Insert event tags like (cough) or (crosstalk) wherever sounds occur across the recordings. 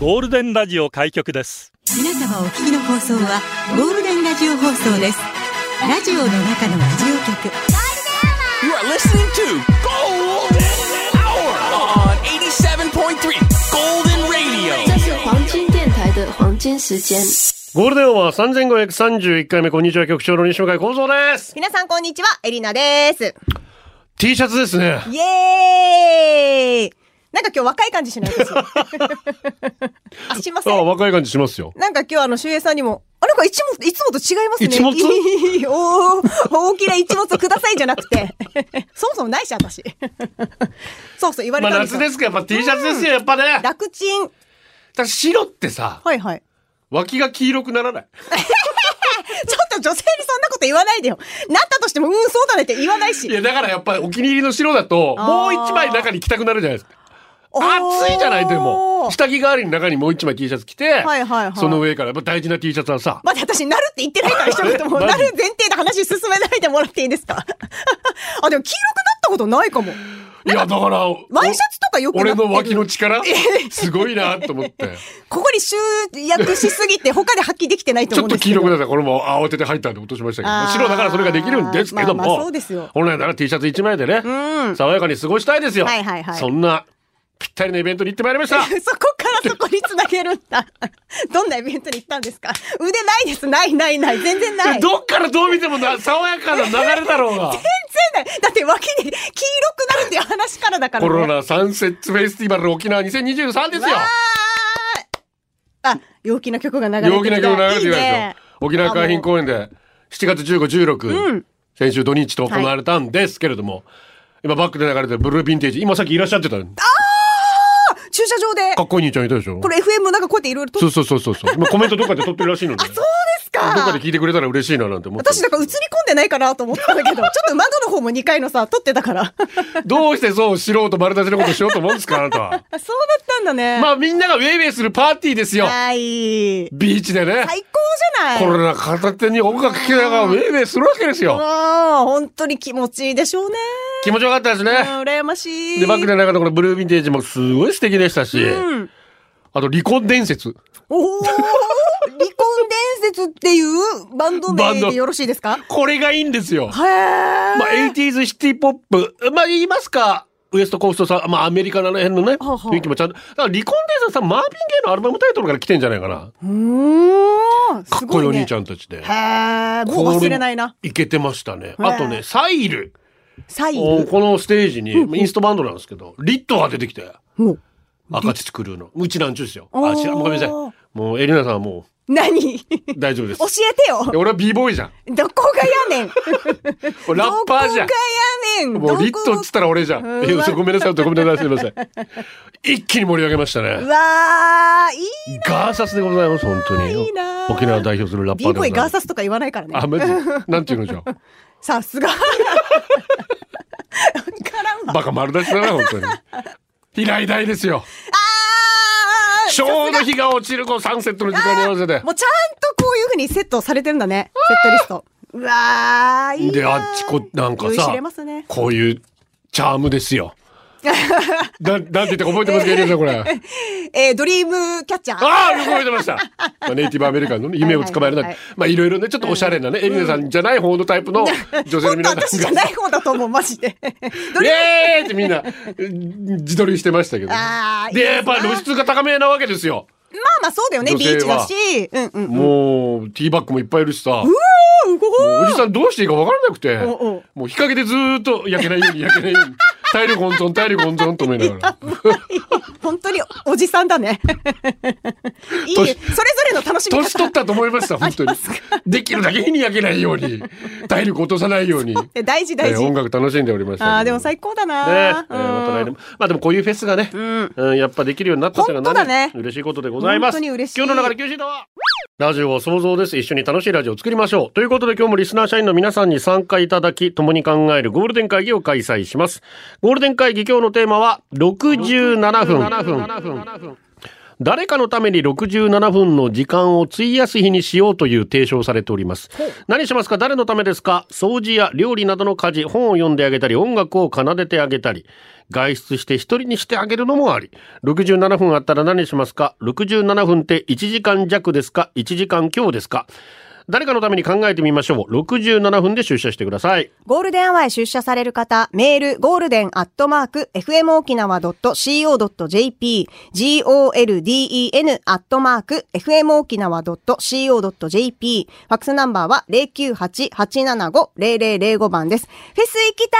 ゴールデンラジオ開局です皆様お聞きの放送はゴールデンラジオ放送ですラジオの中のラジオ局 You are listening to Golden Hour on 87.3 Golden Radio. 这是黄金电台的黄金时间。ゴールデンは三千五百三十一回目こんにちは局長の西向井光三です。皆さんこんにちは、エリナです。 T シャツですね。イエーイなんか今日若い感じしない (laughs) 私。あ、すいまあせん。若い感じしますよ。なんか今日あの、周平さんにも、あ、なんかいつも、いつもと違いますね。一物 (laughs) おー大きな一物くださいじゃなくて。そもそもないし、私。そうそう、言わまれあたんです夏よ。ですけどやっぱ T シャツですよやっぱね。だか楽ちん。ら白ってさはいはい。脇が黄色くならない。ちょっと女性にそんなこと言わないでよ。なったとしても、うん、そうだねって言わないし。いやだからやっぱりお気に入りの白だとあーもう一枚中に着たくなるじゃないですか。おー暑いじゃないでも下着代わりに中にもう一枚 T シャツ着て、はいはいはいその上からやっぱ大事な T シャツはさ。待って、私、なるって言ってないから、一言 (laughs) も。マジなる前提で話進めないでもらっていいですか (laughs) あ、でも、黄色くなったことないかも。いやだからワイシャツとかよくなって俺るの脇の力すごいなと思って。ここに集約しすぎて、他で発揮できてないとち思ょうっとんで黄すけど。色くなったこれも慌てて入ったんで落としましたけあどー白だからそれができるんですけども、まあまあそうですよ本来なら T シャツ1枚でね、爽やかに過ごしたいですよ、はいはいはいそんなぴったりのイベントに行ってまいりました (laughs) そこからそこにつなげるんだ。 (laughs) どんなイベントに行ったんですか腕ないです。ないないない。全然ない。全どっからどう見てもな爽やかな流れだろう (laughs) が然ない。だって脇に黄色くなるっていう話からだから、コね。ロナサンセッツフェスティバル沖縄2023ですよわーあ、陽気な曲が流れてる。陽気な曲流れてるでしょいいね沖縄海浜公園で7月15、16、先週土日と行われたんですけれども、今バックで流れてるブルーヴィンテージ今さっきいらっしゃってたか駐車場で。っこいい兄ちゃんいたでしょこれ FM なんかこうやっていろいろ撮っそうそうそうそう (laughs) そう。まあ、コメントどっかで撮ってるらしいので。あ、そうですかどっかで聞いてくれたら嬉しいななんて思って。私だから映り込んでないかなと思ったんだ (laughs) けど、ちょっと窓の方も2階のさ、撮ってたから。 (laughs) どうしてそう素人丸出しのことしようと思うんですかあなた (laughs) は。あそうだったんだね。まあみんながウェイウェイするパーティーですよ。はい。ビーチでね。最高じゃないコロナ片手に音楽聴きながらウェイウェイするわけですよ。ああ、本当に気持ちいいでしょうね。気持ちよかったですうね。ん羨ましい。で、バックで流れたこのブルーヴィンテージもすごい素敵でしたし、うん。あと離婚伝説。おお離婚伝説っていうバンドバン名ドでよろしいで (laughs) すかこれがいいんですよ。へえ。まあ、80s シティポップ。まあ、言いますか。ウエストコーストさん、まあ、アメリカのあの辺のね、はあはあ雰囲気もちゃんと。だから、離婚でさ、マーヴィン・ゲイのアルバムタイトルから来てんじゃないかな。うーん。かっこいいお兄ちゃゃんたちで。ん。へえ。もう忘れないな。いけてましたね。ーあとね、サイル。サイおン。このステージに、インストバンドなんですけど、リットが出てきて、うん赤土クルーの。うちなんちゅうですよ。おあ、ー違う、ごめんなさい。もう、エリナさんはも何教う、大丈 (laughs) 夫です。えてよいや。俺は b ボーイじゃん。どこがやねん。俺ラッパーじゃんどこ。がやねん。もうリットっつったら俺じゃん。うわえ嘘ごめんなさい、ごめんなさい、すみま (laughs) せん。一気に盛り上げましたね。うわー、いいガーサスでございます、本当に。いいなー沖縄を代表するラッパーで b ごボざイいまガーす。サスとか言わないからねあ、。マジ (laughs) なんて言うんでしょう。さすが。わからんわ。バカ丸出しだな、本当に。平井大ですよ。あーちょうど日が落ちるこうサンセットの時間に合わせて。もうちゃんとこういうふうにセットされてんだね。セットリスト。うわ (laughs) ー、いいなー。で、あっちこ、なんか酔いしされます、ね。こういうチャームです (laughs) よ。ななんて言ってか覚えてますか、エリアさん、これ。えー、ドリームキャッチャー。ああ、よく覚えてました。まあ、ネイティブアメリカンの、ね、夢を捕まえるなんはいはいはてい、まあ、いろいろね、ちょっとおしゃれなね、エリナさんじゃない方のタイプの女性の本皆当さんが。私じゃない方だと思う、マジで。 (laughs) ドリイームエーイってみんな、うん自撮りしてましたけどね。あーで、いいやっですなぱ露出が高めなわけですよ。まあまあそうだよね、女ビ性はーチだし。うんうん。もう、ティーバッグもいっぱいいるしさ。うんここおじさんどうしていいか分からなくておうおう、もう日陰でずーっと焼けないように焼けないように、体力温存、体力温存と思いなが (laughs) ら。本当におじさん (laughs) だね。いいそれ年ぞれの楽しみ年取方っ。たと思い (laughs) ました、本当に。できるだけ日に焼けないように、体力落とさないように、え大事 (laughs) 大えー事。音楽楽しんでおりましたけども。ああでも最高だねえな。ーまた来年もまあでもこういうフェスがね、うんやっぱできるようになったというのは本当だね嬉しいことでございます。本当に嬉しい今日の流れ9だわラジオは想像です。一緒に楽しいラジオを作りましょう。ということで今日もリスナー社員の皆さんに参加いただき、共に考えるゴールデン会議を開催します。ゴールデン会議今日のテーマは、67分。誰かのために67分の時間を費やす日にしようという提唱をされております何しますか誰のためですか掃除や料理などの家事本を読んであげたり音楽を奏でてあげたり外出して一人にしてあげるのもあり67分あったら何しますか67分って1時間弱ですか1時間強ですか誰かのために考えてみましょう67分で出社してくださいゴールデンアワーへ出社される方、メール、ゴールデンアットマーク、fmokinawa.co.jp、golden アットマーク、fmokinawa.co.jp、ファックスナンバーは098-875-0005番です。フェス行きた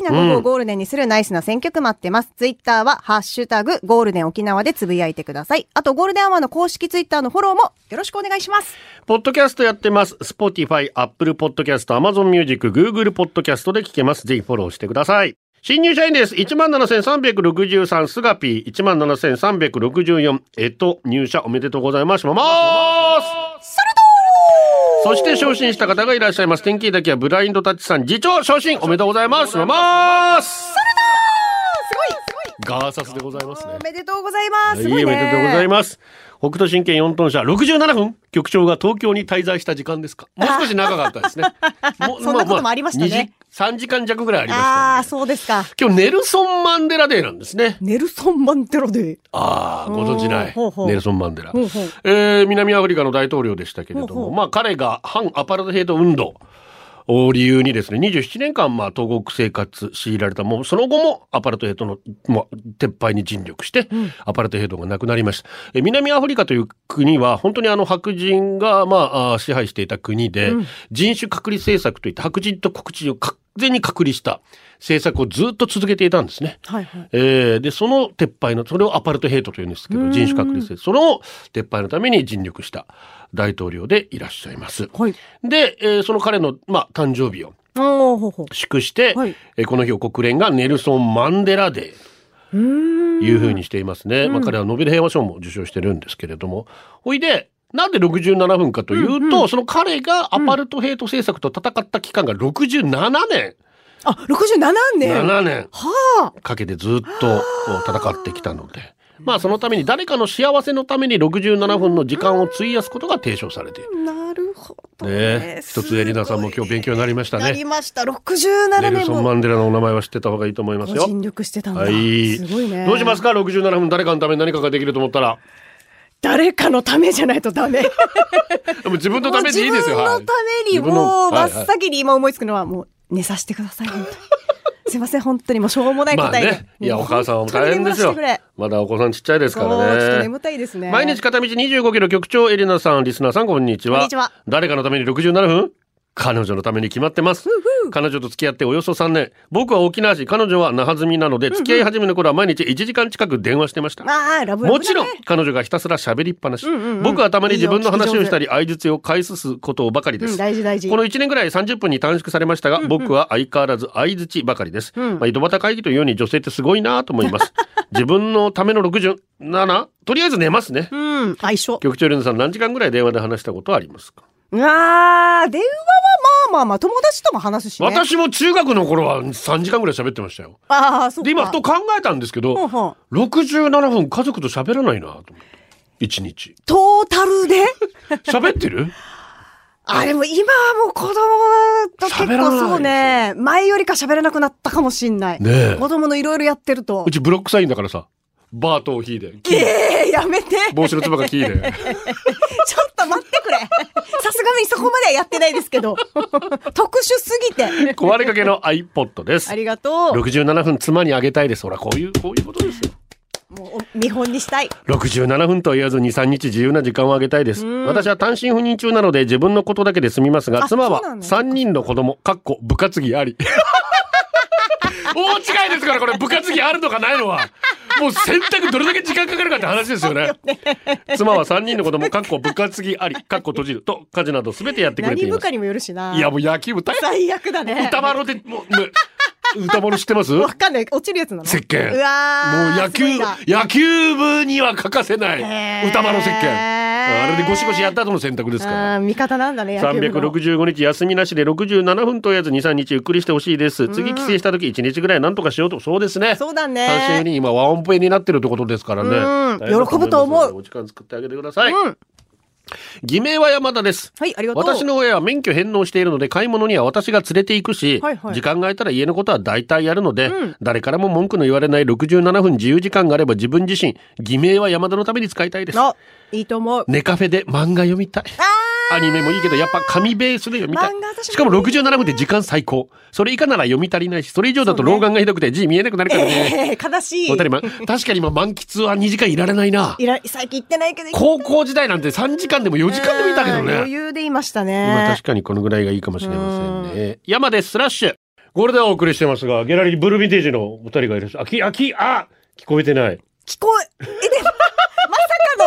ーいな午後をゴールデンにするナイスな選曲待ってます。ツイッターは、ハッシュタグ、ゴールデン沖縄でつぶやいてください。あと、ゴールデンアワーの公式ツイッターのフォローもよろしくお願いします。ポッドキャストやってます。Spotify、Apple Podcast、Amazon Music、Google Podcast で聞けます。ぜひフォローしてください。新入社員です。17,363、スガピー、17,364、えっと、入社おめでとうございます。しますそして昇進した方がいらっしゃいます。天気だけはブラインドタッチさん、次長昇進おめでとうございます。しますガーサスでございますねお。めでとうございます。すいごいいおね。めでとうございます。北斗神拳4トン車67分局長が東京に滞在した時間 (laughs) ですかもう少し長かったですね。もうそんなこともありましたねああ2時3時間弱ぐらいありまああー、したね、そうですか。今日ネルソン・マンデラデーなんですね。ネルソン・マンテロデー。ああ、ご存知なおーいほうほ。うネルソン・マンデラ。ほうほうえー南アフリカの大統領でしたけれども、ほうほうまあ彼が反アパルトヘイト運動を理由にですね、27年間、まあ、投獄生活強いられた、もうその後もアパルトヘイトの、まあ、撤廃に尽力して、アパルトヘイトがなくなりました。えー南アフリカという国は、本当にあの白人が、まあ、あー支配していた国で、人種隔離政策といって白人と黒人を完全に隔離した政策をずっと続けていたんですね。はいはい。えーでその撤廃のそれをアパルトヘイトというんですけど人種隔離制それを撤廃のために尽力した大統領でいらっしゃいます。はい。で、えーその彼の、まあ、誕生日をおーほうほう。祝して、はいえーこの日を国連がネルソン・マンデラデーうーん。というふうにしていますね。まあ、彼はノーベル平和賞も受賞してるんですけれどもほいでなんで67分かというと、その彼がアパルトヘイト政策と戦った期間が67年、あ、67年。 7年はあ。かけてずっと戦ってきたので。まあそのために誰かの幸せのために67分の時間を費やすことが提唱されている。なるほどねえね。一つエリナさんも今日勉強になりましたなねり。ました。67ネル年ソン・もマンデラのお名前は知ってた方がいいと思いますよ。尽力してたんだ。はい。すごいね。どうしますか ?67 分誰かのために何かができると思ったら。誰かのためじゃないとダメ。でも自分のためでいいですよ。もうはい自分のために、自分のもはう、真いはいっ先に今思いつくのは、もう、寝させてください。本当にすいません、本当にもうしょうもないまあ答えで。ね。いや、お母さんも大変ですよ本当に眠らせてくれ。まだお子さんちっちゃいですかそうちょっとらね眠。たいですね。毎日片道25キロ局長エレナさんリスナーさんこんにちはこんにちは誰かのために67分彼女のために決まってます彼女と付き合っておよそ3年僕は沖縄市彼女は那覇済みなので付き合い始めの頃は毎日1時間近く電話してましたああ、ラブラブだねもちろん彼女がひたすら喋りっぱなし、僕はたまに自分の話をしたり相槌を返すことばかりです、うん大事大事この1年ぐらい30分に短縮されましたが、僕は相変わらず相槌ばかりです、まあ、井戸端会議というように女性ってすごいなと思います (laughs) 自分のための67とりあえず寝ますね、うん、相性。局長レンさん何時間ぐらい電話で話したことはありますか、ああ、電話はまあまあまあ、友達とも話すしね。私も中学の頃は3時間ぐらい喋ってましたよああ、そうか。で今ふと考えたんですけど、ほうほ67分家族と喋らないなと思って1日トータ (laughs) ルで喋ってる (laughs) あ、でも今はもう子供と結喋らない構そうね、前よりか喋らなくなったかもしんない。ねえ子供のいろいろやってるとう。ちブロックサインだからさバーとヒーでええやめて。帽子のつばがキ (laughs) ーでちょっと待って (laughs) くれ。さすがにそこまではやってないですけど。 (laughs) 特殊すぎて。壊れかけの iPod ですありがとう。 67分妻にあげたいですほらこういうこういうことですよもう見本にしたい。 67分と言わず23日自由な時間をあげたいです私は単身赴任中なので自分のことだけで済みますがあ妻はそうなの3人の子供かっこ部活着あ (laughs) り大違いですからこれ部活着あるのかないのはもう選択どれだけ時間かかるかって話ですよね妻は3人の子供かっこ部活着ありかっこ閉じると家事など全てやってくれて何い部ます下にもよるしな。いやもう野球部大変最悪だね。歌丸でもうね歌丸知ってますわかんない。落ちるやつなの。石鹸うわーもう野球すごいな野球部には欠かせなえいー歌丸石鹸あれでゴシゴシやった後の選択ですから。あー味方なんだね、野球部の。 365日休みなしで67分とりあえず23日ゆっくりしてほしいです次帰省した時1日ぐらいなんとかしようとそうですねそうだ単身ね。に今和音ペになってるってことですからねうん大変だ喜ぶと思いまうすのでお時間作ってあげてください、うん偽名は山田ですはい、ありがとう。私の親は免許返納しているので買い物には私が連れて行くし、はいはい時間が空いたら家のことは大体やるので、うん誰からも文句の言われない67分自由時間があれば自分自身偽名は山田のために使いたいですの、いいと思う。ネカフェで漫画読みたい。アニメもいいけど、やっぱ紙ベースで読みたい漫画私。もしかも67分で時間最高。それ以下なら読み足りないし、それ以上だと老眼がひどくて字見えなくなるからね。えー、悲しい。おたりま、確かに今満喫は2時間いられないな。いら最近行ってないけど、高校時代なんて3時間でも4時間でもいたけどうん余ね。裕でいました今ね確。かにこのぐらいがいいかもしれませんね。山ですスラッシュ。これではお送りしてますが、ギャラリーブルーヴィンテージのお二人がいらっしゃる。あ、き、あ、き、あ聞こえてない。聞こえ、え、で、 (laughs) ま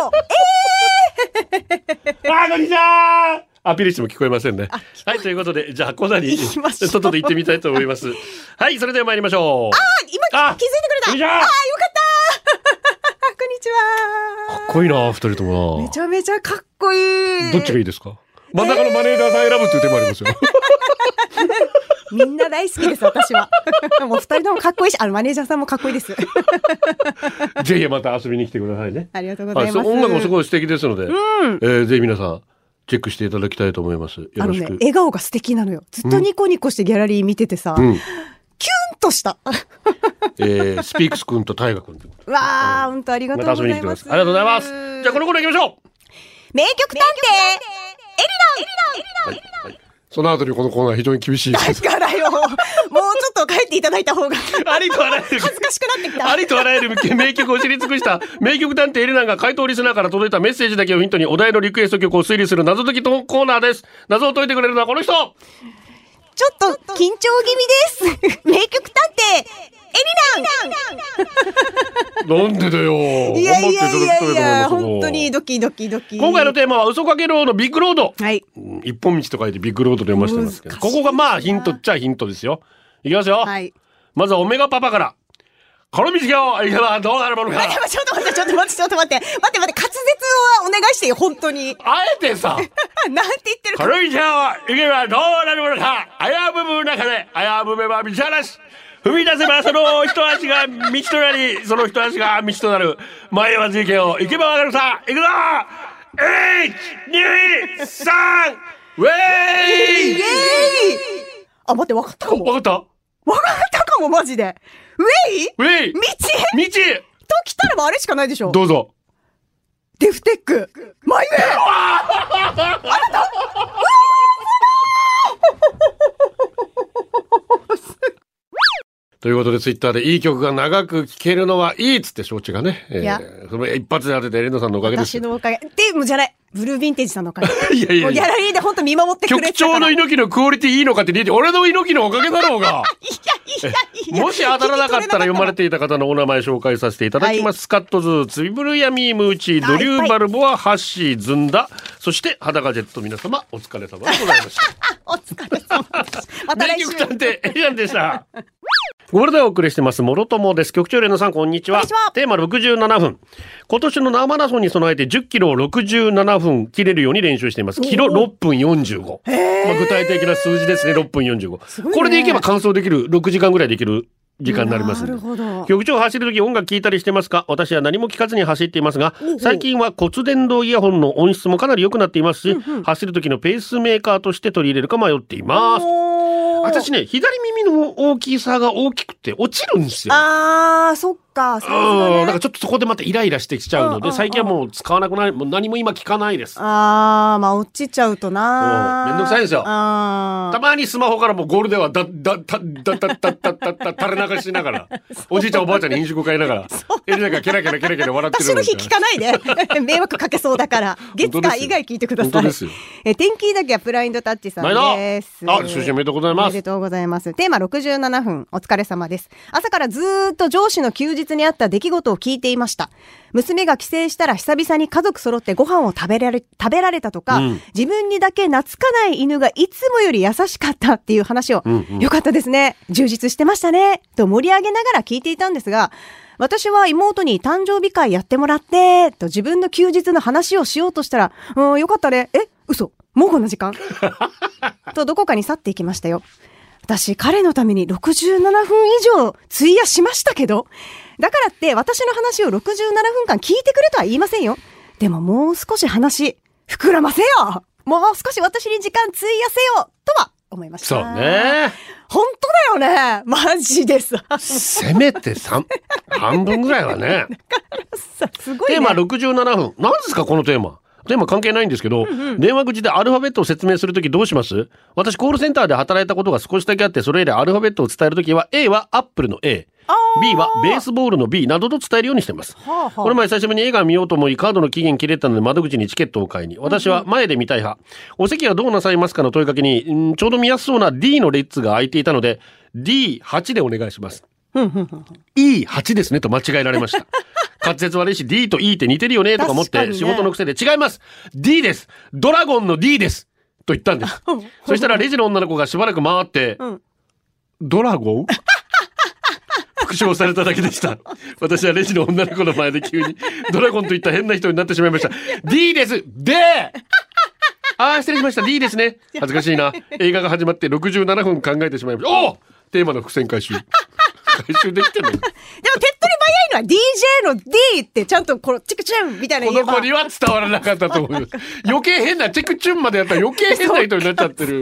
さかの、え (laughs) あー、こんにちはアピールしても聞こえませんね。はい、ということで、じゃあコーナーに行きましょう外で行ってみたいと思い (laughs) ます。はい、それでは参りましょう。今あ気づいてくこんにれちたあはあー、よかった (laughs) こんにちかはっこいいな、二人ともめな。ちゃめちゃかっこいい。どっちがいいですか真ん中のマネージャーさん選ぶっていう手もありますよ。みんな大好きです、私は。もう二人ともかっこいいし、あの、マネージャーさんもかっこいいです。 (laughs) (laughs) ぜひまた遊びに来てくださいね。ありがとうござはいい、そます。う音楽もすごい素敵ですので、えーぜひ皆さん、チェックしていただきたいと思います。よろあのしねく、。笑顔が素敵なのよ。ずっとニコニコしてギャラリー見ててさ、うん。キュン (laughs) とした。えースピークス君と大河君ということうわあ、本当ありがでとまうごた遊ざびに来ていくまださす。い。ありがとうございます。じゃあ、このコーナー行きましょう名曲探偵エリその後にこのコーナー非常に厳しいです。ナだからよ。もうちょっと帰っていただいた方が (laughs) あり (laughs) とあらゆる恥ずかしくなってきた。ありとあらゆる名曲を知り尽くした名曲探偵エレナが回答リスナーから届いたメッセージだけをヒントにお題のリクエスト曲を推理する謎解きコーナーです。謎を解いてくれるのはこの人ちょっと緊張気味です。名曲探偵エリなんでだよ。ナいやいやいやい頑張ってただきや、本たいと思います当にドキドキドキ。今回のテーマは嘘かけろのビッグロード。はい。うん一本道と書いてビッグロードで読ませてますけど。難しいこなこがまあヒントっちゃヒントですよ。いきますよ。はい。まずはオメガパパから。この道がいけばどうなるものか。でもちょっと待って、ちょっと待って、ちょっと待って。待って待って、滑舌をお願いしてよ、本当に。 (laughs) あえてさ。なんて言ってるか。軽いじゃん行けばどうなるものか危ぶむ中で危ぶめば道なし踏み出せばその一足が道となりその一足が道となる前は人生を行けばわかるさ行くぞ1 2 3ウェイエーイイあ、待って、わかったかも。わかったわかったかも、マジで。ウェイウェイ道道へと来たらばあれしかないでしょ。どうぞデフテック。マイウェイということで、ツイッターでいい曲が長く聴けるのはいいっつって承知がね。えいやー、その一発で当ててエレンドさんのおかげです私。のおかげ。でもじゃない。ブルーヴィンテージさんのおかげ。いやいもやういギやャ。ラリーで本当見守ってく (laughs) 局れてた長から。のいや猪木のクオリティいいのかってリリ俺の猪木のおかげだろうが (laughs) いやいや。もし当たらなかったら読まれていた方のお名前紹介させていただきます。スカットズー、ツイブルヤミームーチー、ドリューバルボア、ハッシー、ズンダ、そして裸ジェット皆様、お疲れ様でございました。お疲れ様です。また名来週。曲探偵、エリアンでした。これでお送りしてます、諸友です。局長連のさん、こんにちは。こんにちはテーマ67分。今年の生マラソンに備えて10キロを67分切れるように練習しています。キロ6分45。まあ、具体的な数字ですね、6分45。すごいねこれでいけば完走できる、6時間ぐらいできる時間になりますんなでるほど。局長走る時音楽聴いたりしてますか私は何も聞かずに走っていますがおうおう最近は骨伝導イヤホンの音質もかなり良くなっていますし、走る時のペースメーカーとして取り入れるか迷っていますおー私ね左耳の大きさが大きくて落ちるんですよ。あー、そっか。そううん、だだかねら。ちょっとそこでまたイライラしてきちゃうのうんうんうでん最近はもう使わなくないもう何も今聞かないです。あー、まあ落ちちゃうとな。うんめんどくさいんですよあたまにスマホからもうゴールデンはだだだだだだだだだ垂れ流しながらおじいちゃんおばあちゃんに飲食買いながらエリナがケラケラケラケラ笑ってる私の日みたい聞なかない (laughs) で。迷惑かけそうだから。月本当で火すよ以外聞いてください。本当ですよえ、天気だけはブラインドタッチさんです。毎度あ出身おめでとうございますおめでとうございます。テーマ67分、お疲れ様です。朝からずーっと上司の休日にあった出来事を聞いていました。娘が帰省したら久々に家族揃ってご飯を食べられ、食べられたとか、うん自分にだけ懐かない犬がいつもより優しかったっていう話を、んうんよかったですね。充実してましたね。と盛り上げながら聞いていたんですが、私は妹に誕生日会やってもらって、と自分の休日の話をしようとしたら、うん、よかったね。え嘘もうこんな時 (laughs) 間とどこかに去っていきましたよ。私、彼のために67分以上費やしましたけど、だからって私の話を67分間聞いてくれとは言いませんよ。でももう少し話、膨らませよもう少し私に時間費やせよとは思いました。そう。ね。本当だよね (laughs) マジでさ。せめて三半分ぐらいはね。すごい、テね。ーマ67分。何ですかこのテーマ。テーマ関係ないんですけど、電話口でアルファベットを説明するときどうします私コールセンターで働いたことが少しだけあって、それ以来アルファベットを伝えるときは A はアップルの A、B はベースボールの B などと伝えるようにしてます。はあはあこの前久しぶりに映画を見ようと思い、カードの期限切れたので窓口にチケットを買いに。私は前で見たい派。お席はどうなさいますかの問いかけに、うんちょうど見やすそうな D の列が空いていたので、D8 でお願いします。E8 ですねと間違えられま (laughs) した。滑舌悪いし D と E って似てるよねとか思っ確かにてね仕事の癖で違います !D ですドラゴンの D ですと言ったんです。そしたらレジの女の子がしばらく回って、んドラ (laughs) ゴン復唱されただけでした。私はレジの女の子の前で急にドラゴンといった変な人になってしまいました。D ですでああ、失礼しました。D ですね。恥ずかしいな。映画が始まって67分考えてしまいました。おおテーマの伏線回収。回収できてるのでも手っ取り早いのは DJ の D ってちゃんとこのチクチュンみたいなこ言のえば子には伝わらなかったと思います。 (laughs) 余計変な、チェックチュンまでやったら余計変な人になっちゃってる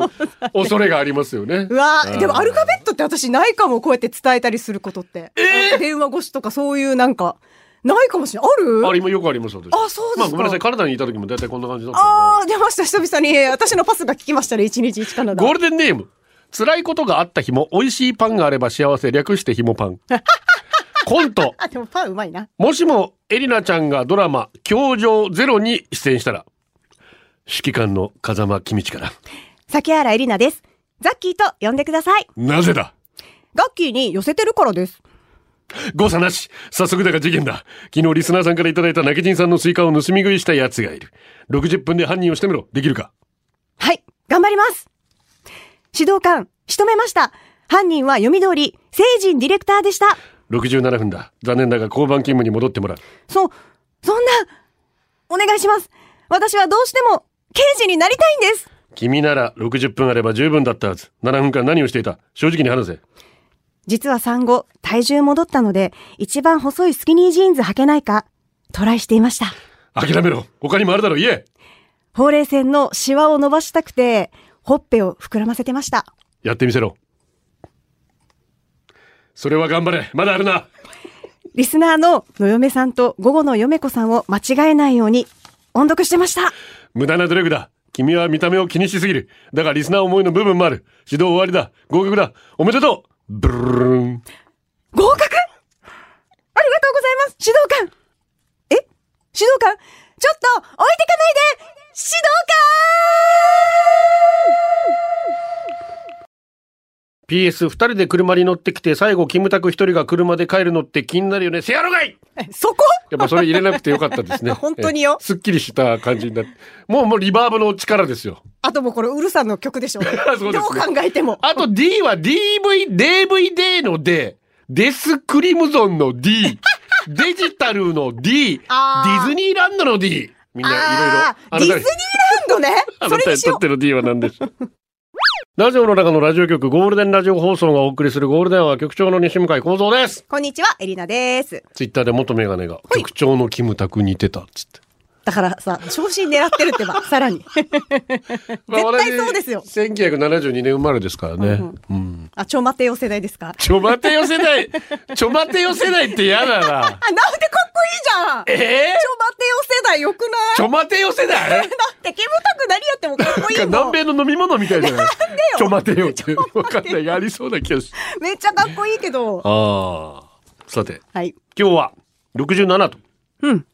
恐れがありますよねう。わーでもアルファベットって私ないかもこうやって伝えたりすることって、電話越しとかそういうなんかないかもしれないあるあれもよくあります、私。あそうですまかあ、ごめんなさい。カナダにいた時も大体こんな感じだったんで。あー出ました久々に私のパスが聞きましたね1日1カナダゴールデンネーム。辛いことがあった日も、美味しいパンがあれば幸せ、略してひもパ (laughs) ン。コント。あでもパンうまいなもしも、エリナちゃんがドラマ、教場ゼロに出演したら、指揮官の風間公親から、酒原エリナですザッキーと呼んでくださいなぜだガッキーに寄せてるからです誤差なし早速だが事件だ昨日リスナーさんからいただいた泣き人さんのスイカを盗み食いした奴がいる60分で犯人をしてみろできるかはい、頑張ります指導官、仕留めました犯人は読み通り、成人ディレクターでした67分だ残念だが交番勤務に戻ってもらうそ、そんな、お願いします私はどうしても、刑事になりたいんです君なら60分あれば十分だったはず7分間何をしていた正直に話せ実は産後、体重戻ったので、一番細いスキニージーンズ履けないか、トライしていました。諦めろ他にもあるだろ言えほうれい線のシワを伸ばしたくて、ほっぺを膨らませてました。やってみせろそれは頑張れまだあるなリスナーのの嫁さんと午後の嫁子さんを間違えないように、音読してました無駄な努力だ君は見た目を気にしすぎるだがリスナー思いの部分もある指導終わりだ合格だおめでとうブルルン合格ありがとうございます指導官え指導官ちょっと置いてかないで指導官 PS2 人で車に乗ってきて最後キムタク1人が車で帰るのって気になるよねせやろがいそこやっぱそれ入れなくてよかったですね (laughs) 本当によえすっきりした感じになってもうもうリバーブの力ですよあともうこれウルさんの曲でし (laughs) ょそうでどうすね考えてもあと D は DV DVD の D デスクリムゾンの (laughs) D デジタルの D デあーィズニーランドの D みんないあーろいろディズニーランドね (laughs) あそなれたににしとよっうての D は何でしょうラジオの中のラジオ局ゴールデンラジオ放送がお送りするゴールデンは局長の西向井幸三ですこんにちはエリナですツイッターで元メガネが局長のキムタク似てたっつ (laughs) って。だからさ昇進狙ってるってば (laughs) さらに絶対そうですよまあ私1972年生まれですからね。うん。あちょ待てよ世代ですかちょ待てよ世代、ちょ待てよ世代って嫌だな。あ (laughs) なんでかっこいいじゃんええちょ待てよ世代よくない (laughs) ちょ待てよ世代だって煙たく何やってもかっこいいなんかもん南米の飲み物みたいじゃない (laughs) ちょ待てよって。わかんない。ありそうな気がする。 (laughs) めっちゃかっこいいけど。ああ。さて、はい。今日は67と。うん。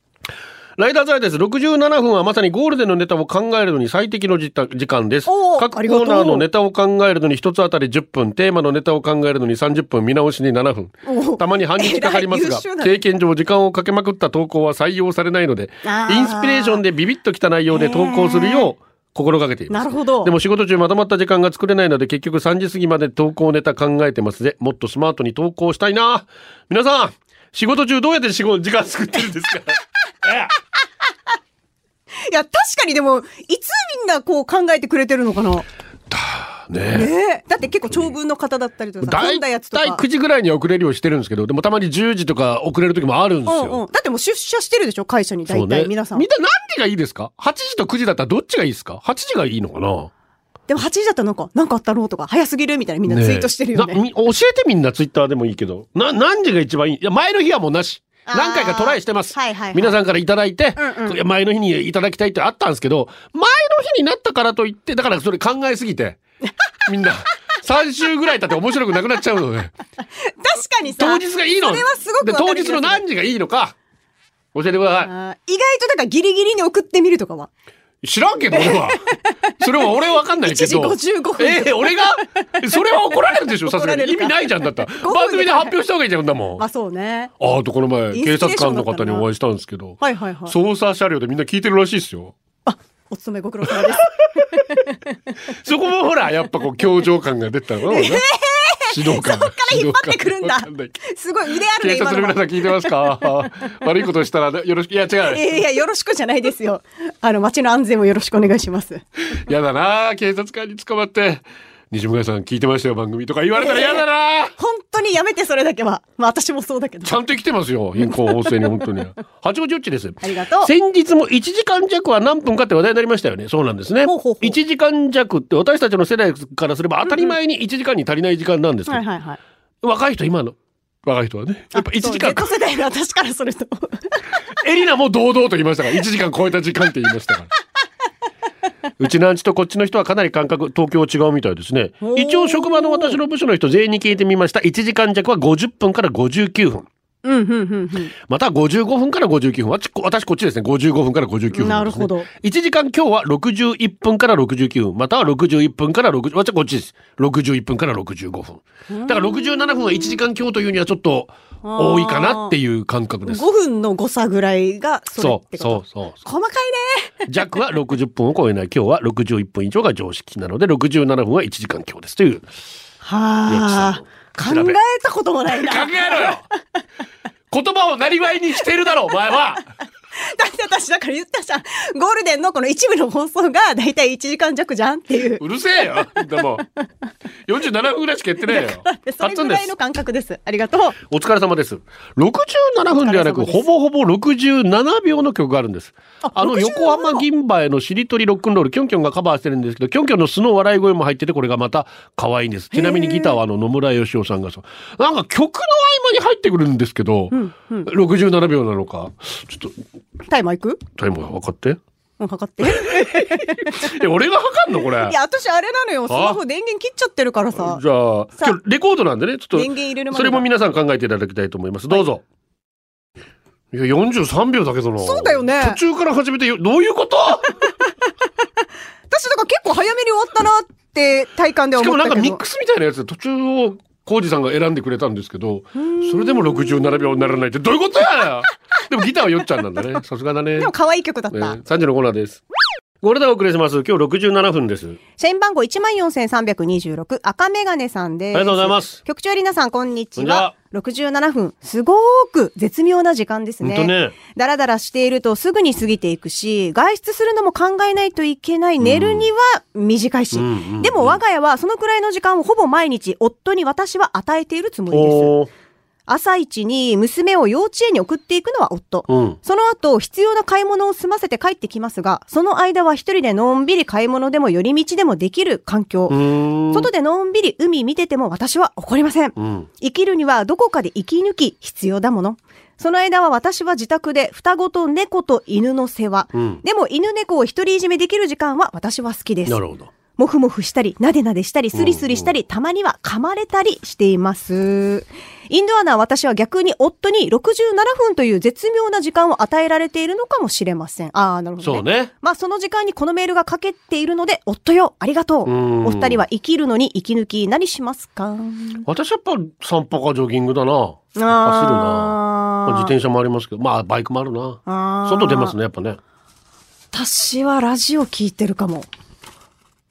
ライダーズアイです。67分はまさにゴールデンのネタを考えるのに最適の時短時間です。おー各コありがとーうナーのネタを考えるのに一つあたり10分、テーマのネタを考えるのに30分、見直しに7分。おーたまに半日かかりますえらが (laughs) い優秀、だね経験上時間をかけまくった投稿は採用されないので、あーインスピレーションでビビッときた内容で投稿するよう心がけています。なるほどでも仕事中まとまった時間が作れないので結局3時過ぎまで投稿ネタ考えてますで、もっとスマートに投稿したいな。皆さん、仕事中どうやって仕事時間作ってるんですか (laughs) えいや、確かにでも、いつみんなこう考えてくれてるのかな。ねえねええだって結構長文の方だったりとかさ、大んだ体やつとか。 9時ぐらいには遅れるようにしてるんですけどでもたまに10時とか遅れる時もあるんですよ、うんうん。だってもう出社してるでしょ、会社にそう大ね体皆さん。みんな何時がいいですか ?8 時と9時だったらどっちがいいですか ?8 時がいいのかなでも8時だったらなんか、なんかあったろうとか、早すぎるみたいなみんなツイートしてるよね。なみ教えてみんなツイッターでもいいけど。な、何時が一番いいいや、前の日はもうなし。あー何回かトライしてます。はいはいはい皆さんからいただいて、うんうんいや前の日にいただきたいってあったんですけど、前の日になったからといって、だからそれ考えすぎ (laughs) て、みんな、3週ぐらい経って面白くなくなっちゃう (laughs) ので、確かにさ。当日がいいのそれはすごくで、わか当る日の何時がいいのか、教えてください。あー意外とだからギリギリに送ってみるとかは。知らんけど、俺は。それは俺はわかんないけど。 1時55分ええ俺がそれは怒られるでしょ、さすがに。 (laughs) 怒られ意るか味ないじゃんだったら。分番組で発表した方がいいじゃん、こんなもん。まあそうね。ああとこの前イン警スピ察レーショ官ンのだったな方にお会いしたんですけど、はいはいはい。捜査車両でみんな聞いてるらしいです (laughs) よ。お勤めご苦労様です。 (laughs) そこもほら、やっぱこう、強情感が出た (laughs) のかな。指導官。そこから引っ張ってくるんだないすごい腕あるね、警今察の皆のさんは。聞いてます (laughs) か悪いことしたらよろしく、いや違いやう。いや、よろしくじゃないですよ。あの、街の安全もよろしくお願いします。やだな警察官に捕まって、西村さん聞いてましたよ、番組とか言われたらやだな本当にやめて、それだけは。まあ私もそうだけどち。ゃんと生きてますよ。貧困法制に本当に。八王子よっちです。ありがとう先日も1時間弱は何分かって話題になりましたよね。そうなんですね。ほうほうほう1時間弱って私たちの世代からすれば当たり前に1時間に足りない時間なんですけど、はいはいはい。若い人今の。若い人はね。やっぱ1時間そう Z 世代の私からすると。 (laughs) エリナも堂々と言いましたから、1時間超えた時間って言いましたから。うちのアンチとこっちの人はかなり感覚、東京違うみたいですねお。ー一応職場の私の部署の人全員に聞いてみました。1時間弱は50分から59分。うん、うん、うん、また55分から59分。わち私こっちですね。55分から59分です、ね。なるほど。 1時間今日は61分から69分。または61分から60、わちこっちです。61分から65分。だから67分は1時間今日というにはちょっと多いかなっていう感覚うでん。す。 5分の誤差ぐらいがそれそっう、てこと。そう、そう。細かいね。弱は60分を超えない。今日は61分以上が常識なので、67分は1時間今日です。という。はあ。よく考調べえたこともないな。だ考えろ (laughs) よ言葉をなりわいにしてるだろ、お前はって私だから言ったじゃん。ゴールデンのこの一部の放送がだいたい1時間弱じゃんっていう。うるせえよで (laughs) も、47分ぐらいしかやってないよで。それぐらいの感覚です。ありがとう。お疲れ様です。67分ではなく、お疲れ様でほすぼほぼ67秒の曲があるんです。ああの、 67横浜銀杯のしりとりロックンロール、キョンキョンがカバーしてるんですけど、キョンキョンの素の笑い声も入ってて、これがまた可愛いんです。ちなみにギターはあの、野村義雄さんがそう。なんか曲の合間に入ってくるんですけど、67秒なのか。ちょっと、タイマーいくタイムが分かって。うん、測って。いえ、俺が測んのこれ。や、私あれなのよ。スマホ電源切っちゃってるからさじ。ゃあ、さあ今日レコードなんでね、ちょっと、電源入れるまでそれも皆さん考えていただきたいと思います。どうぞ。い、や、43秒だけどな。そうだよね途中から始めてよ、どういうこと (laughs) 私だから結構早めに終わったなって体感ではしか思もっなんたかけミッどク。スみたいなやつで途中を、浩二さんが選んでくれたんですけど、それでも67秒にならないってどういうこと (laughs) やでもギターはよっちゃんなんだね。さすがだね。でも可愛い曲だっえた。 3時のコーナーです。ゴールデンお送りします。今日67分です。社員番号14,326赤メガネさんです。ありがとうございます局長エリナさん、こんにこんちにちはは。67分。すごーく絶妙な時間ですほんね。とね。だらだらしているとすぐに過ぎていくし、外出するのも考えないといけない、寝るには短いし、うんうんうんでも我が家はそのくらいの時間をほぼ毎日夫に私は与えているつもりです。おー。朝一に娘を幼稚園に送っていくのは夫。うん。その後、必要な買い物を済ませて帰ってきますが、その間は一人でのんびり買い物でも寄り道でもできる環境。うーん。外でのんびり海見てても私は怒りません。うん。生きるにはどこかで息抜き必要だもの。その間は私は自宅で双子と猫と犬の世話。うんでも犬猫を独り占めできる時間は私は好きですな。るほど。もふもふしたり、なでなでしたり、スリスリしたり、たまには噛まれたりしています。インドアな私は逆に夫に67分という絶妙な時間を与えられているのかもしれません。ああ、なるほど、ね。そうね。まあその時間にこのメールがかけているので、夫よ、ありがとう。うんお二人は生きるのに息抜き何しますか私やっぱ散歩かジョギングだな。走るな。まああー自転車もありますけど、まあバイクもあるな。あー外出ますね、やっぱね。私はラジオ聞いてるかも。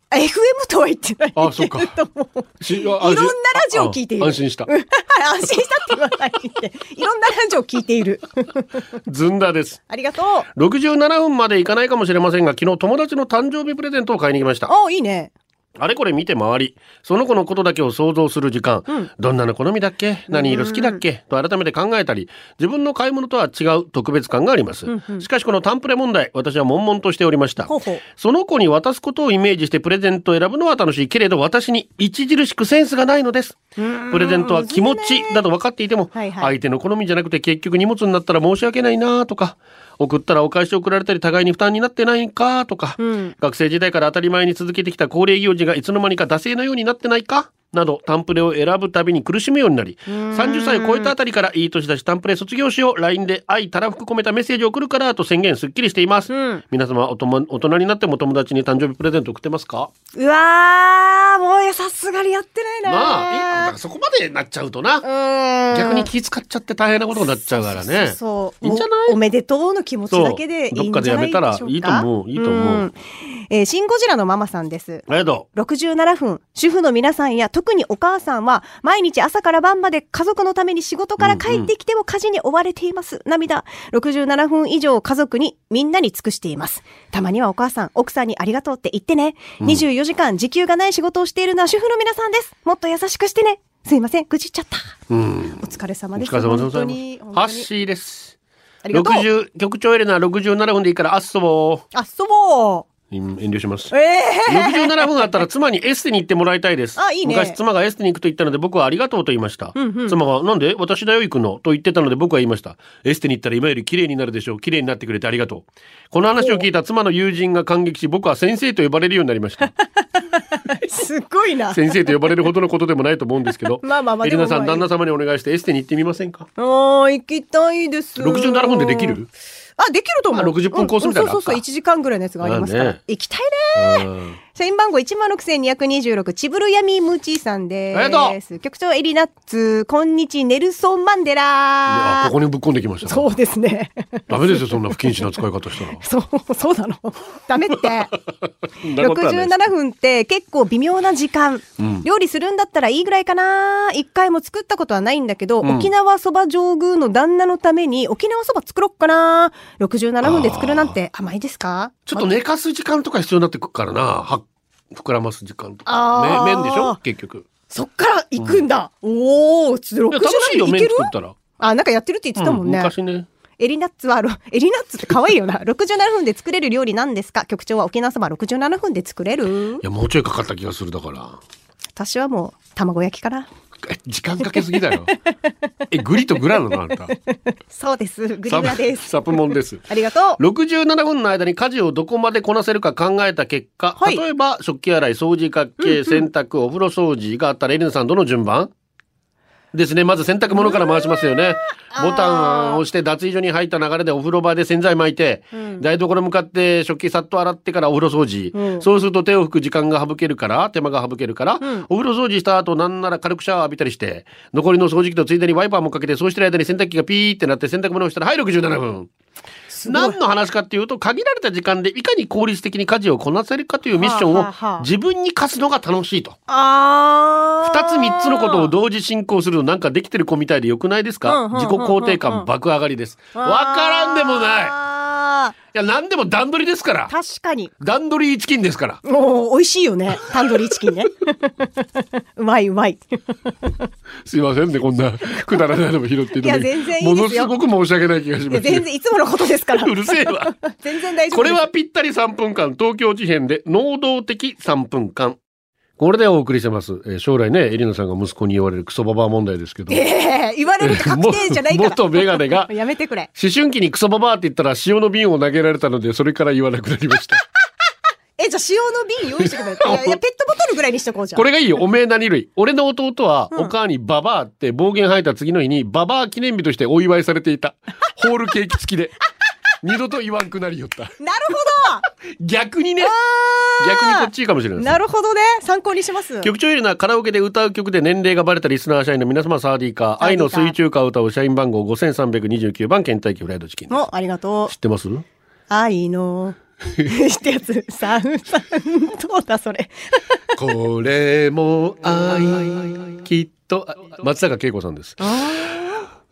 あ FM とは言ってないあそうかけれども。しあいろんなラジオを聞いているああ安心したうんはい安心したって言わないで。いろんなラジオを聞いている。ずんだですありがとう。 67分までいかないかもしれませんが昨日友達の誕生日プレゼントを買いに行きましたああ、いいね。あれこれ見て回りその子のことだけを想像する時間、うんどんなの好みだっけ何色好きだっけと改めて考えたり自分の買い物とは違う特別感があります、うんうんしかしこのタンプレ問題私は悶々としておりましたほうほう。その子に渡すことをイメージしてプレゼントを選ぶのは楽しいけれど私に著しくセンスがないのですプレゼントは気持ちだと分かっていても、はいはい相手の好みじゃなくて結局荷物になったら申し訳ないなとか送ったらお返し送られたり互いに負担になってないかとか、うん学生時代から当たり前に続けてきた恒例行事がいつの間にか惰性のようになってないかなどタンプレを選ぶたびに苦しむようになり30歳を超えたあたりからいい年だしタンプレ卒業しよう LINE で愛たらふく込めたメッセージを送るからと宣言すっきりしています、うん皆様おとも大人になってもお友達に誕生日プレゼント送ってますかうわー、もうさすがにやってないな。まあえそこまでなっちゃうとな、うん。逆に気使っちゃって大変なことになっちゃうからねそう。いいんじゃないおおめでとうの気持ちだけでいそういんじゃないでしょうか。。どっかでやめたらいいと思ういいと思うんえーシンゴジラのママさんです。ありがと67分、主婦の皆さんや特にお母さんは、毎日朝から晩まで家族のために仕事から帰ってきても家事に追われています。涙。67分以上家族に、みんなに尽くしています。たまにはお母さん、奥さんにありがとうって言ってね。24時間時給がない仕事をしているのは主婦の皆さんです。もっと優しくしてね。すいません、愚痴っちゃった。う、うん、お疲れ様おです。疲れ様でご本ざ当いまに。す本ハ当ッに。シーですありがとう。 60局長エレナ67分でいいからあっそうあ、そう。うん遠慮しますええ67分あったら妻にエステに行ってもらいたいです。あいいね昔妻がエステに行くと言ったので僕はありがとうと言いました。妻がなんで私だよ行くのと言ってたので僕は言いました。エステに行ったら今より綺麗になるでしょう。綺麗になってくれてありがとう。この話を聞いた妻の友人が感激し僕は先生と呼ばれるようになりました。 (laughs) すごいな。先生と呼ばれるほどのことでもないと思うんですけど。 (laughs) まあまあまあエリナさんでも旦まあ那様にお願いしてエステに行ってみませんかおー、行きたいです。 67分でできるあ、できると思う。あ60分コースみたいなうんうんそうそうそう、あっか1時間ぐらいのやつがありますかまら。あね行きたいねうん社員番号16,226、ちぶるやみむちさんです。ありがとう局長エリナッツ、こんにちネルソン・マンデあラー。ここにぶっ込んできましたね。そうですね。ダメですよ、そんな不謹慎な使い方したら。そう、そうなの。(laughs) ダメって。そんなことはないです67分って結構微妙な時間、料理するんだったらいいぐらいかな一回も作ったことはないんだけど、沖縄そば上宮の旦那のために沖縄そば作ろっかな67分で作るなんて甘いですかちょっと寝かす時間とか必要になってくるからな。は膨らます時間とあか。ーね、麺でしょ結局。そっから行くんだ、おお67いや楽しいよ、分い麺け作るったら。あなんかやってるって言ってたもんね、うん昔ね。エリナッツはあの、エリナッツって可愛いよな。67分 (laughs) で作れる料理なんですか局長は沖縄そば67分で作れるいや、もうちょいかかった気がするだから。私はもう、卵焼きかな。え時間かけすぎだ (laughs) よ。え、グリとグラなのあんた。そうです。グリムラです。サプサプモンです。ありがとう。 67分の間に家事をどこまでこなせるか考えた結果、はい例えば食器洗い、掃除、かけ、洗濯、お風呂掃除があったらエリナさんどの順番ですね。まず洗濯物から回しますよね。ボタンを押して脱衣所に入った流れでお風呂場で洗剤巻いて、台所向かって食器さっと洗ってからお風呂掃除、うんそうすると手を拭く時間が省けるから、手間が省けるから、んお風呂掃除した後なんなら軽くシャワー浴びたりして、残りの掃除機とついでにワイパーもかけて、そうしてる間に洗濯機がピーってなって洗濯物をしたら、はい、67分。何の話かっていうと限られた時間でいかに効率的に家事をこなせるかというミッショはあはあンはあを自分に課すのが楽しいと。あ二ーつ三つのことを同時進行するのなんかできてる子みたいでよくないですうんうんかうんうん自己肯定感爆上がりです。わからんでもない。いあや、何でも段取りですからー。確かに。段取りチキンですから。もう、美味しいよね。タンドリーチキ (laughs) ンね。うまいうまい。すいませんね、こんなくだらないのも拾っていいや全然いいですよものすごく申し訳ない気がしいや全然、いつものことですから。うるせえわ。 (laughs) 全然大丈夫です。これはぴったり3分間、東京事変で能動的3分間。これでお送りしてます。えー将来ね、エリナさんが息子に言われるクソババア問題ですけど。え (laughs) え言われると確定じゃないから。元メガネが (laughs) やめてくれ。思春期にクソババアって言ったら塩の瓶を投げられたので、それから言わなくなりま (laughs) した。え、じゃあ塩の瓶用意し (laughs) てくれ。いや、いやペットボトルぐらいにしとこうじゃん。これがいいよ。おめえ何類俺の弟は、お母にババアって暴言吐いた次の日に、ババア記念日としてお祝いされていた。ホールケーキ付きで。二度と言わんくなりよった。なる逆にね、ほど (laughs) 逆にこっちいいかもしれないですねなるほどね。参考にします。局長エレナカラオケで歌う曲で年齢がバレたリスナー社員の皆様サーディーカーサーデ愛ィーカーの水中歌を歌う社員番号5329番倦怠期フライドチキン知もう、ありがとってますう。愛の (laughs) ってやつ。サウンサウンどうだそれ。これも愛きっとあ松坂慶子さんです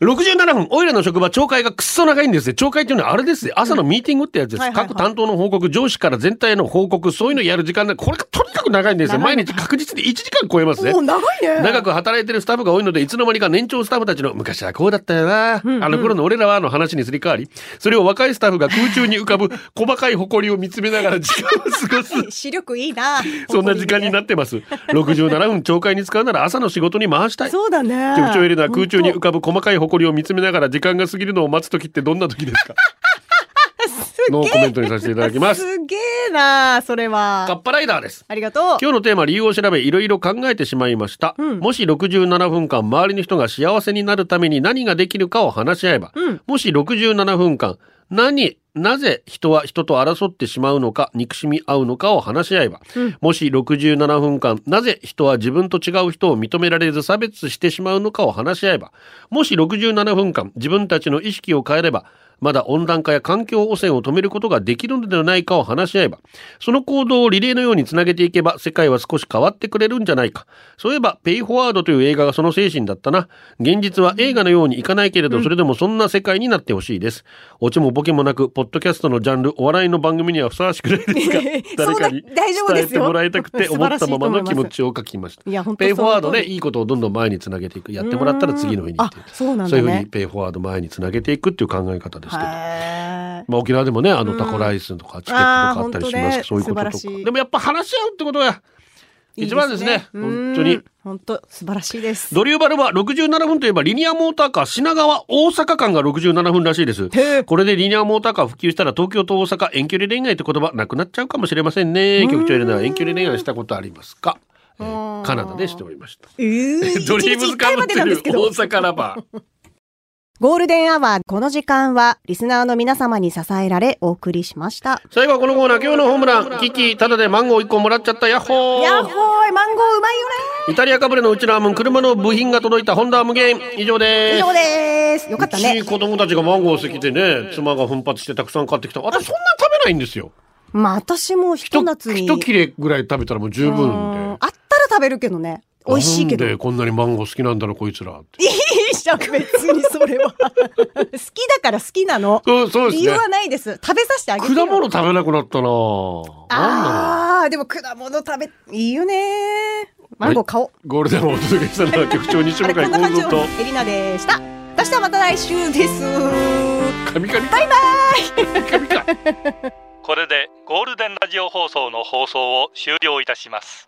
67分オイラの職場懲戒がくっそ長いんですね懲戒っていうのはあれですね朝のミーティングってやつです、はいはいはい各担当の報告上司から全体への報告そういうのやる時間でこれがとにかく長いんですよ長い毎日確実に1時間超えますねおお長いね。長く働いてるスタッフが多いのでいつの間にか年長スタッフたちの昔はこうだったよな、あの頃の俺らはの話にすり替わりそれを若いスタッフが空中に浮かぶ細かい誇りを見つめながら時間を過 (laughs) ごす視力いいな。 (laughs) そんな時間になってます67分懲戒に使うなら朝の仕事に回したいそうだね。局長エレナは空中に浮かぶ細かい埃を見つめながら時間が過ぎるのを待つ時ってどんな時です (laughs) かのコメントにさせていただきますすげえな、それカッは。パライダーですありがとう。今日のテーマ理由を調べいろいろ考えてしまいました、うんもし67分間周りの人が幸せになるために何ができるかを話し合えば、うんもし67分間何なぜ人は人と争ってしまうのか憎しみ合うのかを話し合えば、うんもし67分間なぜ人は自分と違う人を認められず差別してしまうのかを話し合えばもし67分間自分たちの意識を変えればまだ温暖化や環境汚染を止めることができるのではないかを話し合えばその行動をリレーのようにつなげていけば世界は少し変わってくれるんじゃないかそういえば「ペイ・フォワード」という映画がその精神だったな現実は映画のようにいかないけれどそれでもそんな世界になってほしいですオチもボケもなくポッドキャストのジャンルお笑いの番組にはふさわしくないですが誰かに (laughs) そんな大丈夫伝でえすてよもらいたく (laughs) て思ったままの気持ちを書きましたいや本当ペイ・フォワードそので通りいいことをどんどん前につなげていくやってもらったら次の日にっていうあ、そうなんそうだいうふうにね。ペイフォワード前につなげていくっていう考え方ですけど。へーまあ、沖縄でもねあのうんタコライスとかチケットとかあったりしますけど、あーそういうこと本と当ね素晴らしかいでもやっぱ話し合うってことがいい一番ですね本当。うにん本当素晴らしいです。ドリューバルは67分といえばリニアモーターカー品川大阪間が67分らしいですへえこれでリニアモーターカー普及したら東京と大阪遠距離恋愛って言葉なくなっちゃうかもしれませんね局長エレナは遠距離恋愛したことありますか、えーうんカナダでしておりましたえ (laughs) ードリームズカムって一日一回までなんいうです大けど阪ラバーゴールデンアワー、この時間は、リスナーの皆様に支えられ、お送りしました。 (laughs) 最後はこのコーナー今日のホームランキキタダでマンゴー1個もらっちゃったヤッホーやっほーい、マンゴーうまいよイタリアかぶれのうちのアームン車の部品が届いたホンダアームゲーム以上ねで以す上です。よかったうねち。子供たちがマンゴー好きでね妻が奮発してたくさん買ってきた私そんな食べないんですよまあ、私もひと一夏に。一切れぐらい食べたらもう十う分んあっでたら食べるけどね。美味しいけど。ないんでこんなにマンゴー好きなんだろうこいつらっていじゃん、別にそれは。 (laughs) 好きだから好きなの。そうそうです理ね由はないです。食べさせてあげて果よ。物食べなくなったなぁなんだろうああ、でも果物食べ、いいよねー。マンゴー買おう。ゴールデンをお届けしたのは局長西あ向れ、井こんな感幸じ三とのエリナでした。そしてまた来週です。神々バイバイこれでゴールデンラジオ放送の放送を終了いたします